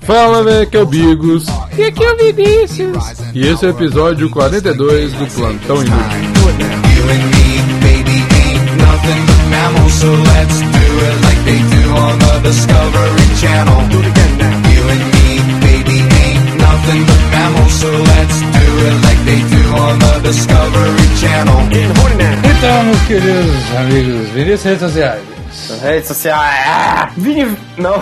Fala, velho, que é o Bigos. E aqui é o Vinícius. E esse é o episódio 42 do Plantão Inútil. You and me, baby, ain't nothing but mammals, so let's do it like they do on the Discovery Channel. Do it again now. You and me, baby, ain't nothing but mammals, so let's do it like they do on the Discovery Channel. Então, meus queridos amigos, Vinícius Redes Sociais. Redes sociais. Ah, Vini. Não.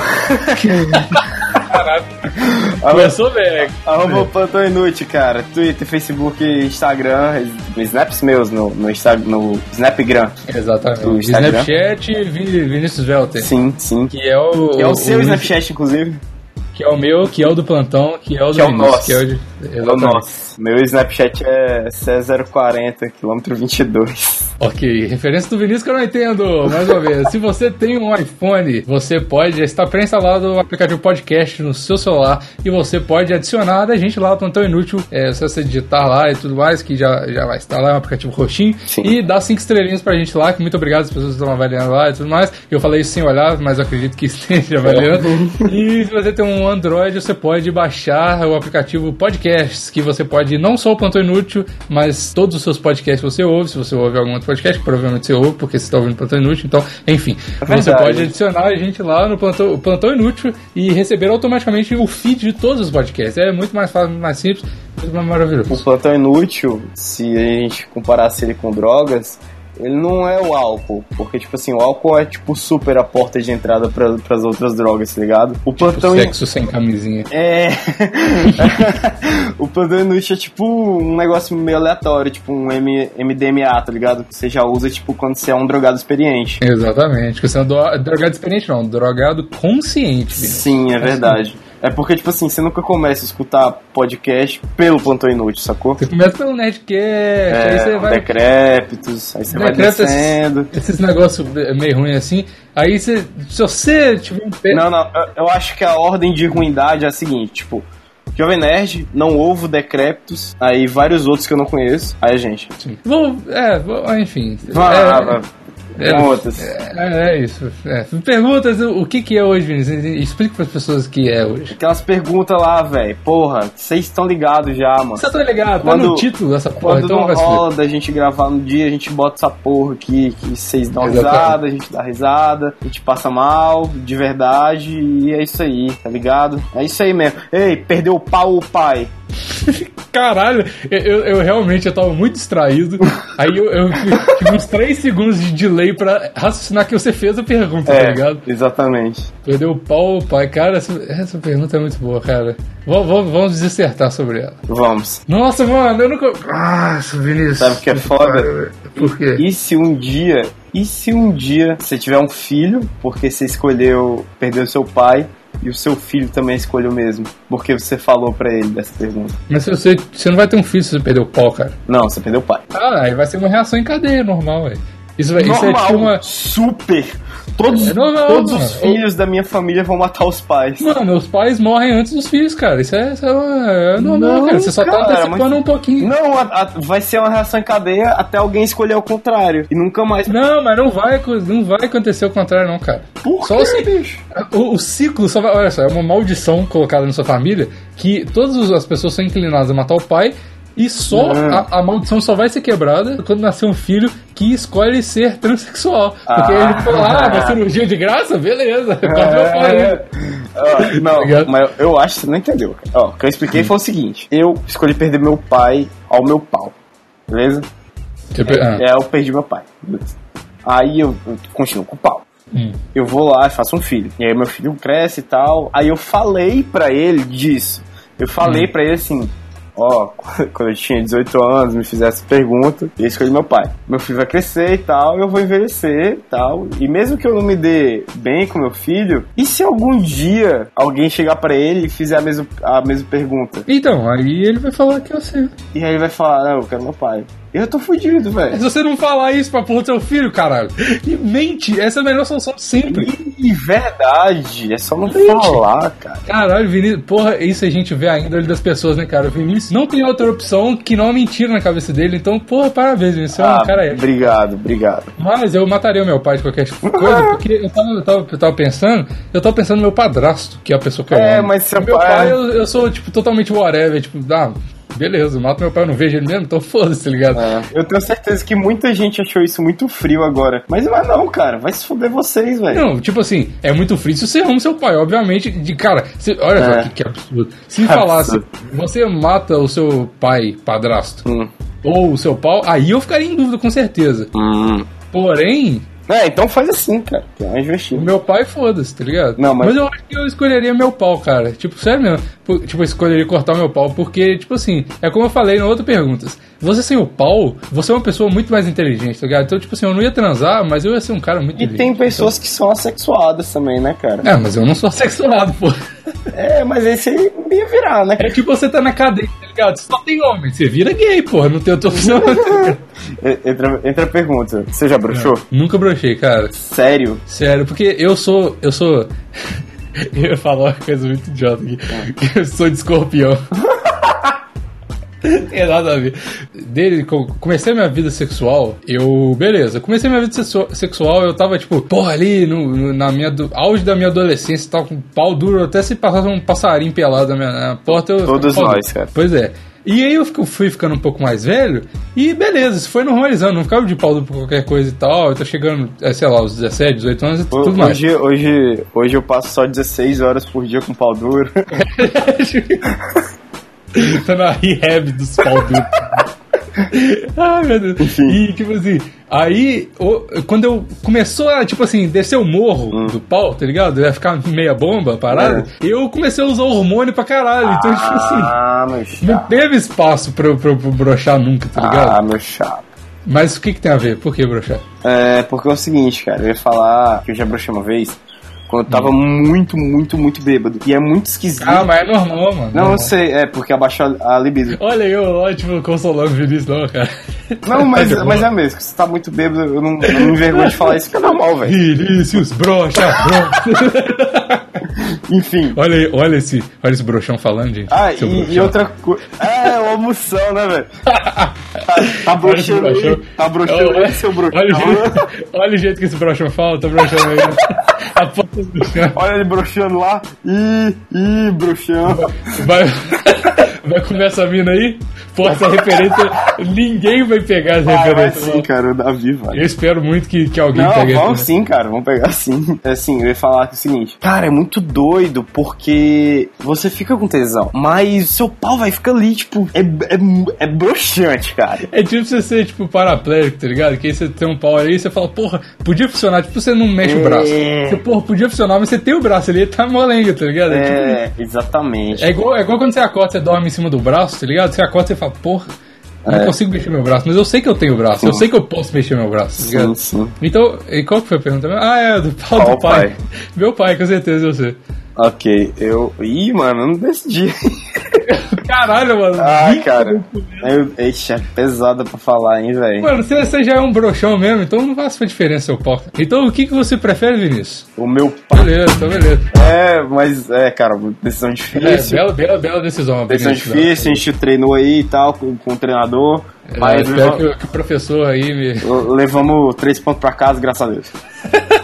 Começou bem. Arroba o Plantão Inútil, cara. Twitter, Facebook, Instagram. Snaps meus no, no, Insta- no Snapgram. Do Exatamente. Instagram? Snapchat e Vini- Vinícius Velter. Sim, sim. Que é o, Que é o seu Snapchat, inclusive. Que é o meu, que é o do plantão, que é o do Que é o Vinícius, nosso. Que é o de... É o Exatamente. nosso. Meu Snapchat é C040, quilômetro 22. Ok, referência do Vinícius que eu não entendo. Mais uma vez, se você tem um iPhone, você pode, já está pré-instalado o aplicativo podcast no seu celular e você pode adicionar a gente lá, o Plantão Inútil. É só você digitar lá e tudo mais, que já, já vai estar lá, é um aplicativo roxinho. Sim. E dá cinco estrelinhas pra gente lá, que muito obrigado às pessoas que estão avaliando lá e tudo mais. Eu falei isso sem olhar, mas eu acredito que esteja avaliando. E se você tem um Android, você pode baixar o aplicativo Podcasts, que você pode não só o Plantão Inútil, mas todos os seus podcasts que você ouve, se você ouve algum outro podcast, que provavelmente você ouve, porque você está ouvindo Plantão Inútil, então, enfim. você verdade. pode adicionar a gente lá no Plantão, Plantão Inútil e receber automaticamente o feed de todos os podcasts. É muito mais fácil, muito mais simples, muito mais O maravilhoso. Plantão Inútil, se a gente comparasse ele com drogas... Ele não é o álcool, porque, tipo assim, o álcool é, tipo, super a porta de entrada para as outras drogas, tá ligado? O plantão In- Sexo sem camisinha. É. o plantão inútil é tipo um negócio meio aleatório, tipo um M MDMA, tá ligado? Que você já usa, tipo, quando você é um drogado experiente. Exatamente. Questão do, drogado experiente, não. Drogado consciente. Vinícius. Sim, é verdade. É porque, tipo assim, você nunca começa a escutar podcast pelo plantão inútil, sacou? Você começa pelo Nerdcast, aí você É, vai. decrépitos, aí você vai Decrépitos. descendo. Esses negócios meio ruim assim. Aí você. Se você tiver um pé. Não, não, eu- eu acho que a ordem de ruindade é a seguinte, tipo. Jovem Nerd, não ovo decrépitos, aí vários outros que eu não conheço. Aí, gente. Vou, é, vou, enfim. Vai, é, lá, vai. é, Com outros. É, é isso. é. Perguntas: o que, que é hoje, Vinícius? Explica para as pessoas o que é hoje. Aquelas perguntas lá, velho. Porra, vocês estão ligados já, mano. Você tá ligado? Tá Quando- no título dessa porra, Quando então não vai se fuder. rola da gente gravar no dia, a gente bota essa porra aqui, que vocês dão Exatamente. risada, a gente dá risada, a gente passa mal, de verdade, e é isso aí, tá ligado? É isso aí mesmo. Ei, perdeu o pau o pai. Caralho, eu, eu- eu realmente eu tava muito distraído. Aí eu, eu tive- tive uns 3 segundos de delay pra raciocinar que você fez a pergunta, É. tá ligado? exatamente. Perdeu o pau, pai. Cara, essa, essa pergunta é muito boa, cara. Vamos, vamos, vamos dissertar sobre ela. Vamos. Nossa, mano, eu nunca. Nossa, Vinícius. Sabe o que é foda? Por quê? E se um dia, e se um dia você tiver um filho, porque você escolheu, perdeu seu pai, e o seu filho também escolheu mesmo, porque você falou pra ele dessa pergunta. Mas se você, você não vai ter um filho se você perder o pau, cara. Não, você perdeu o pai. Ah, aí vai ser uma reação em cadeia, normal, velho. Isso, vai- isso é tipo uma. super. Todos, É normal, todos os mano. filhos da minha família vão matar os pais. Mano, meus pais morrem antes dos filhos, cara. Isso é, isso é- é normal, Não, cara. Você só cara, tá antecipando mas- um pouquinho. Não, a- a- vai ser uma reação em cadeia até alguém escolher o contrário. E nunca mais. Não, mas não vai, acon- não vai acontecer o contrário, não, cara. Por só quê, se- bicho? O, o ciclo só vai. Olha só, é uma maldição colocada na sua família que todas as pessoas são inclinadas a matar o pai. E só Ah. a, a maldição só vai ser quebrada quando nascer um filho que escolhe ser transexual. Porque Ah. ele falou, ah, minha cirurgia de graça? Beleza, corta meu pai. É. Ó, não, Obrigado. mas eu acho que você não entendeu. cara. Ó, o que eu expliquei foi o seguinte: eu escolhi perder meu pai ao meu pau. Beleza? Tipo, ah, É, eu perdi meu pai. Beleza. Aí eu, eu continuo com o pau. hum. eu vou lá e faço um filho. E aí meu filho cresce e tal. Aí eu falei pra ele disso. Eu falei pra ele assim, ó, quando eu tinha 18 anos, me fizesse pergunta, eu escolhi meu pai. Meu filho vai crescer e tal, eu vou envelhecer e tal. E mesmo que eu não me dê bem com meu filho, e se algum dia alguém chegar pra ele e fizer a mesma, a mesma pergunta? Então, aí ele vai falar que é você. E aí ele vai falar, não, eu quero meu pai. Eu tô fudido, Mas velho. você não falar isso pra porra do seu filho, caralho. E mente, essa é a melhor solução sempre. Ih, verdade. É só não falar, cara. Caralho, Vinícius, porra, isso a gente vê ainda olho das pessoas, né, cara? O Vinícius não tem outra opção que não a mentira na cabeça dele, então, porra, parabéns, Vinícius. Você é um Ah, cara. obrigado, obrigado. Mas eu mataria o meu pai de qualquer coisa, porque eu tava, eu tava, eu tava pensando, eu tava pensando no meu padrasto, que é a pessoa que eu É, amo. mas seu O meu pai- pai, eu, eu sou, tipo, totalmente whatever, tipo, ah, beleza, eu mato meu pai, eu não vejo ele mesmo, então foda-se, tá ligado? Eu tenho certeza que muita gente achou isso muito frio agora. Mas não é não, cara. Vai se fuder vocês, velho. Não, tipo assim, é muito frio se você ama seu pai, obviamente. De cara, se- olha É. só que, que absurdo. Se falasse, você mata o seu pai, padrasto, Hum. ou o seu pau, aí eu ficaria em dúvida, com certeza. Porém, Hum. É, então faz assim, cara. Que É o investido. meu pai, foda-se, tá ligado? Não, mas- eu acho que eu escolheria meu pau, cara. Tipo, sério mesmo. Por- Tipo, eu escolheria cortar o meu pau, porque, tipo assim, é como eu falei na outra pergunta. Você sem o pau, você é uma pessoa muito mais inteligente, tá ligado? Então, tipo assim, eu não ia transar, mas eu ia ser um cara muito E tem pessoas que são assexuadas também, né, cara? É, mas eu não sou sexuado, pô. É, mas esse aí ia virar, né? É tipo você tá na cadeia, tá ligado? Só tem homem. Você vira gay, porra. Não tem outra opção. tá ligado? E- Entra, entra a pergunta. Você já broxou? Nunca brochei, cara. Sério? Sério, porque eu sou. Eu sou. Eu ia falar uma coisa muito idiota aqui. É. Eu sou de escorpião. Não Tem nada a ver. Desde que eu comecei minha vida sexual, eu. Beleza, comecei minha vida sexu- sexual, eu tava tipo, porra, ali no, no- na minha do- auge da minha adolescência, tava com pau duro, até se passasse um passarinho pelado na minha na porta. Eu, Todos pau duro. nós, cara. Pois é. E aí eu fico- fui ficando um pouco mais velho e beleza, isso foi normalizando, não ficava de pau duro por qualquer coisa e tal. Eu tô chegando, é, sei lá, aos 17, 18 anos e Ho- tudo mais. Hoje, hoje, hoje eu passo só 16 horas por dia com pau duro. tá na rehab dos pau duro. Ai, meu Deus. E, tipo assim, aí, o- quando eu começou a, tipo assim, descer o morro Hum. do pau, tá ligado? Ia ficar meia bomba, parada. Eu comecei a usar hormônio pra caralho. Então, tipo assim, É. Ah, meu não chato. teve espaço pra eu pra eu broxar nunca, tá ligado? Ah, meu chato. Mas o que que tem a ver? Por que broxar? É, porque é o seguinte, cara, eu ia falar que eu já brochei uma vez, quando eu tava muito, muito, muito bêbado. E é muito esquisito. Hum. Ah, mas é normal, mano. não, normal. eu sei, é porque abaixou a, a libido. Olha eu, ótimo, consolando o Vinícius, não, cara. Não, mas, Tá de boa. mas é mesmo, você tá muito bêbado, eu não, eu não me envergonho de falar isso, que é normal, velho. Vinícius, broxa, broxa. Enfim. olha aí, olha esse, olha esse broxão falando, gente. Ah, Seu e, broxão. e outra coisa. É, uma moção, né, velho? Tá, tá Olha esse broxando aí, broxão. tá broxando Olha- aí, seu broxão. Olha, o jeito- olha o jeito que esse broxão fala, tô broxando aí. A porta do chão. Olha ele broxando lá. Ih, ih, broxando. Vai, vai comer essa mina aí? Porra, essa referência, ninguém vai pegar essa Ah, vai referência. sim, não. cara, o Davi, vai. eu espero muito que, que alguém Não, pegue essa. vamos sim, cara, vamos pegar sim. É Assim, eu ia falar que é o seguinte, cara, é muito doido porque você fica com tesão, mas seu pau vai ficar ali, tipo, é, é, é broxante, cara. É tipo você ser, tipo, paraplégico, tá ligado? Que aí você tem um pau ali e você fala, porra, podia funcionar. Tipo, você não mexe o braço. É. Você, porra, podia funcionar, mas você tem o braço ali, tá molenga, tá ligado? É, tipo- É, exatamente. é igual, é igual quando você acorda, você dorme em cima do braço, tá ligado? Você acorda e fala, porra, eu não consigo mexer meu braço. Mas eu sei que eu tenho o braço, eu sei que eu posso mexer meu braço, tá Sim, ligado? sim. Então, e qual que foi a pergunta? mesmo? Ah, é, do pau Qual do pai. pai? Meu pai, com certeza, eu sei. Ok, eu. Ih, mano, eu não decidi. Caralho, mano. Ah, vinte cara. Eu... Ixi, é pesada pra falar, hein, velho. Mano, você, você já é um broxão mesmo, então não faz diferença seu pau. Então o que, que você prefere, Vinícius? O meu pai. Beleza, então beleza. É, mas é, cara, uma decisão É, difícil. bela, né, bela, bela decisão. Decisão Vinícius. difícil, a gente treinou aí e tal, com, com o treinador. É, Mas espero que, o- que o professor aí me... Levamos três pontos pra casa, graças a Deus.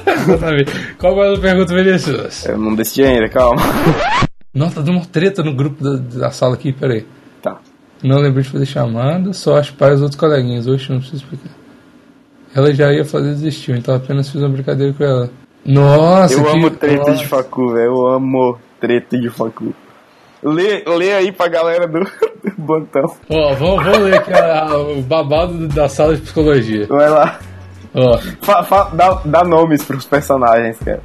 Exatamente. Qual é a pergunta, Vinícius? Eu não decidi ainda, calma. Nossa, deu uma treta no grupo da, da sala aqui, peraí. Tá. Não lembrei de fazer chamada, só acho para os outros coleguinhas. Hoje não preciso explicar. Ela já ia fazer desistiu, então apenas fiz uma brincadeira com ela. Nossa, Eu que... amo treta nossa. de facu, velho. Eu amo treta de facu. Lê, lê aí pra galera do, do botão. Ó, vamos, vamos ler aqui a- a- o babado da sala de psicologia. Vai lá. Ó, Fa- fa- dá, dá nomes pros personagens, cara.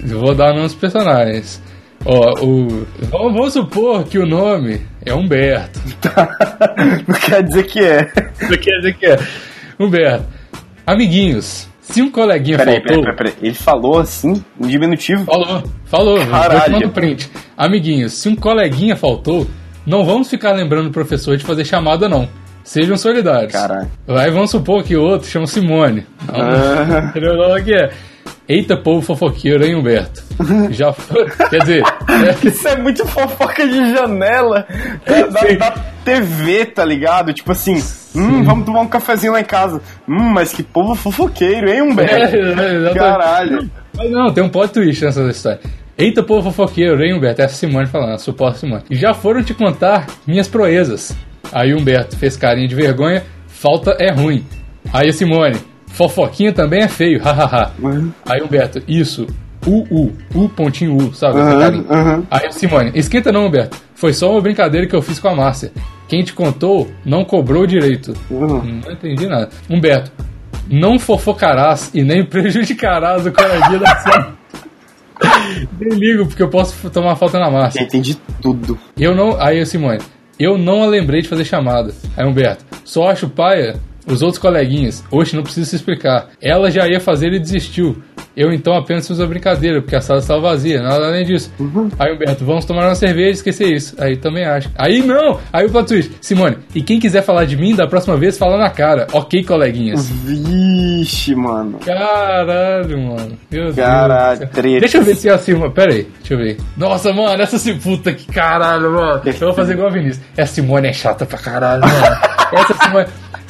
Eu Vou dar nomes pros personagens. Ó, o. Vamos, vamos supor que o nome é Humberto. Não quer dizer que é. Isso quer dizer que é. Humberto. Amiguinhos, se um coleguinha Peraí, peraí, faltou. peraí, peraí. Ele falou assim, um diminutivo. Falou, falou, Caralho. vou te mandar o print. um Amiguinhos, se um coleguinha faltou, não vamos ficar lembrando o professor de fazer chamada, não. Sejam solidários. Caralho. Vai, vamos supor que o outro chama Simone. Ah. Entendeu logo que é? Eita, povo fofoqueiro, hein, Humberto? Já foi. Quer dizer, é, Isso é muito fofoca de janela da, da- Sim. da TV, tá ligado? Tipo assim, hum, vamos tomar um cafezinho lá em casa. Hum, mas que povo fofoqueiro, hein, Humberto? É, é, exatamente. Caralho. Mas não, tem um plot twist nessa história. Eita, povo fofoqueiro, hein, Humberto? É a Simone falando, a suposta Simone. Já foram te contar minhas proezas. Aí o Humberto fez carinha de vergonha, falta é ruim. Aí a Simone, fofoquinha também é feio, hahaha. Aí o Humberto, isso, u, u, u pontinho u, sabe? essa carinha. aham. Aí a Simone, esquenta não, Humberto, foi só uma brincadeira que eu fiz com a Márcia. Quem te contou não cobrou direito. Não entendi nada. Humberto, não fofocarás e nem prejudicarás o coração da sua. Nem ligo, porque eu posso f- tomar falta na Eu massa. entendi tudo. Eu não. Aí, a Simone, eu não a lembrei de fazer chamada. Aí, Humberto, só acho paia os outros coleguinhas. Hoje não preciso se explicar. Ela já ia fazer e desistiu. Eu então apenas fiz uma brincadeira, porque a sala estava vazia, nada além disso. Aí, Humberto, vamos tomar uma cerveja e esquecer isso. Aí também acho. Aí não! Aí o plot twist. Simone, e quem quiser falar de mim da próxima vez, fala na cara. Ok, coleguinhas. Vixe, mano. Caralho, mano. Meu Caralho, Deus. do céu. treta. Deixa eu ver se é assim, mano. Pera aí, deixa eu ver. Nossa, mano, essa se puta que caralho, mano. Eu vou fazer igual a Vinícius. Essa Simone é chata pra caralho, mano. Essa Simone.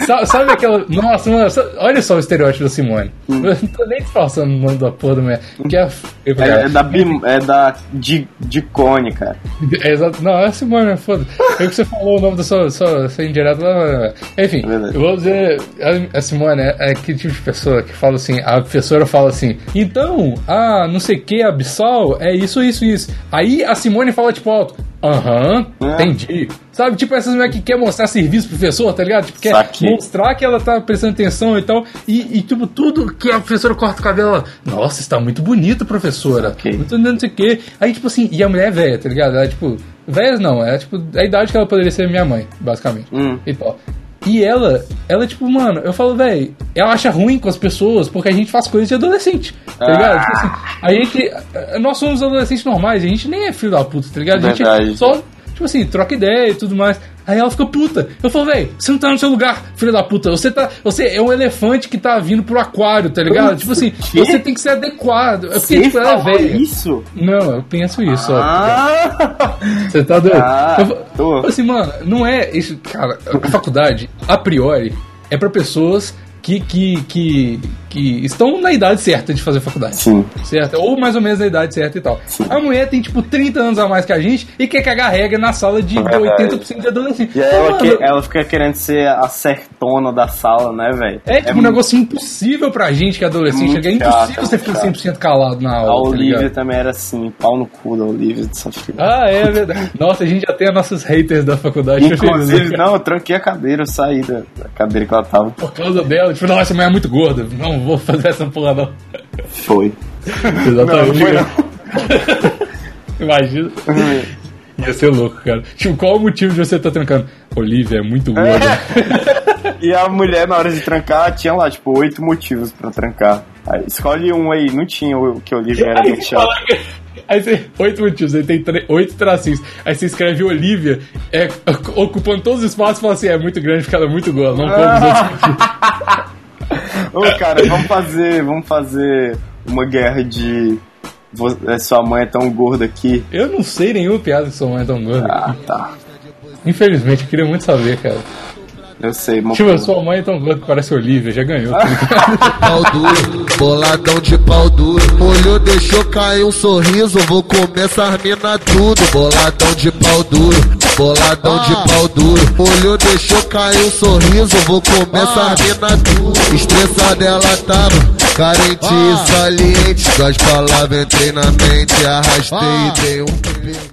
Sa- Sabe aquela. Nossa, mano, sa- olha só o estereótipo da Simone. Eu não tô nem disfarçando o nome da porra da mulher. Que é. feio pra Hum. É, é caralho. da, Bim- é da de, de Cone, cara. É exato. Não, é a Simone, né? foda Eu que você falou o nome da sua, sua, sua indireta lá. Enfim, Verdade. eu vou dizer. A, a Simone é, é aquele tipo de pessoa que fala assim: a professora fala assim, então, ah, não sei o que, abissal, é isso, isso, isso. Aí a Simone fala tipo alto. Aham, entendi. Sabe, tipo essas mulheres que quer mostrar serviço pro professor, tá ligado? Tipo, quer Saquei. mostrar que ela tá prestando atenção e tal. E, e, tipo, tudo que a professora corta o cabelo, ela, nossa, está muito bonito, professora. Saquei. Muito não sei o quê. Aí, tipo assim, e a mulher é velha, tá ligado? Ela, tipo, velha não, é tipo a idade que ela poderia ser minha mãe, basicamente. Hum. E tal. E ela, ela, tipo, mano, eu falo, velho, ela acha ruim com as pessoas porque a gente faz coisas de adolescente, tá ligado? Tipo assim, a gente, nós somos adolescentes normais, a gente nem é filho da puta, tá ligado? A gente Verdade. só, tipo assim, troca ideia e tudo mais. Aí ela fica puta. Eu falo, velho, você não tá no seu lugar, filho da puta. Você tá. Você é um elefante que tá vindo pro aquário, tá ligado? Tipo assim, quê? você tem que ser adequado. É porque, Quem tipo, ela é falou velha. isso? Não, eu penso isso, ó. Ah! Você tá doido? Ah, eu, fa- tô. eu assim, mano, não é isso. Cara, a faculdade, a priori, é pra pessoas que, que, que, que estão na idade certa de fazer faculdade. Sim. Certo? Ou mais ou menos na idade certa e tal. A mulher tem, tipo, 30 anos a mais que a gente e quer cagar regra na sala de É Verdade. 80% de adolescente. E aí ela, é- Mano, que- ela fica querendo ser a certona da sala, né, velho? É tipo um negócio impossível pra gente que é adolescente. Muito É impossível chato, você ficar chato. 100% calado na A aula. tá ligado? Olivia também era assim, pau no cu da Olivia dessa filha. Ah, é verdade. Nossa, a gente já tem as nossas haters da faculdade. Inclusive, não, eu tranquei a cadeira, eu saí da, da cadeira que ela tava. né? Por causa dela, tipo, nossa, mas é muito gorda. Não vou fazer essa porra, não. Foi. Exatamente. foi Imagina. Hum. Ia ser louco, cara. Tipo, qual o motivo de você estar trancando? Olivia é muito gorda. E a mulher, na hora de trancar, tinha lá, tipo, oito motivos pra trancar. Aí, escolhe um aí, não tinha o que a Olivia era Aí muito você chata. fala que- Aí você, oito motivos, aí tem tre- oito tracinhos. Aí você escreve Olivia, é, ocupando todos os espaços, fala assim: é muito grande porque ela é muito gorda, não come os outros Ô, cara, vamos fazer, vamos fazer uma guerra de. vo- é, Sua mãe é tão gorda aqui. Eu não sei nenhuma piada que sua mãe é tão gorda. Ah, tá. Infelizmente, eu queria muito saber, cara. Eu sei, mano. Tipo, sua mãe é tão gorda que parece Olivia, já ganhou. pau duro, boladão de pau duro. Molhou, deixou cair um sorriso. Vou comer essas mina tudo. Boladão de pau duro, boladão de pau duro. Molhou, deixou cair um sorriso. Vou comer essas mina tudo. Estressada ela tava. Carente e saliente, das palavras entrei na mente, arrastei e dei um.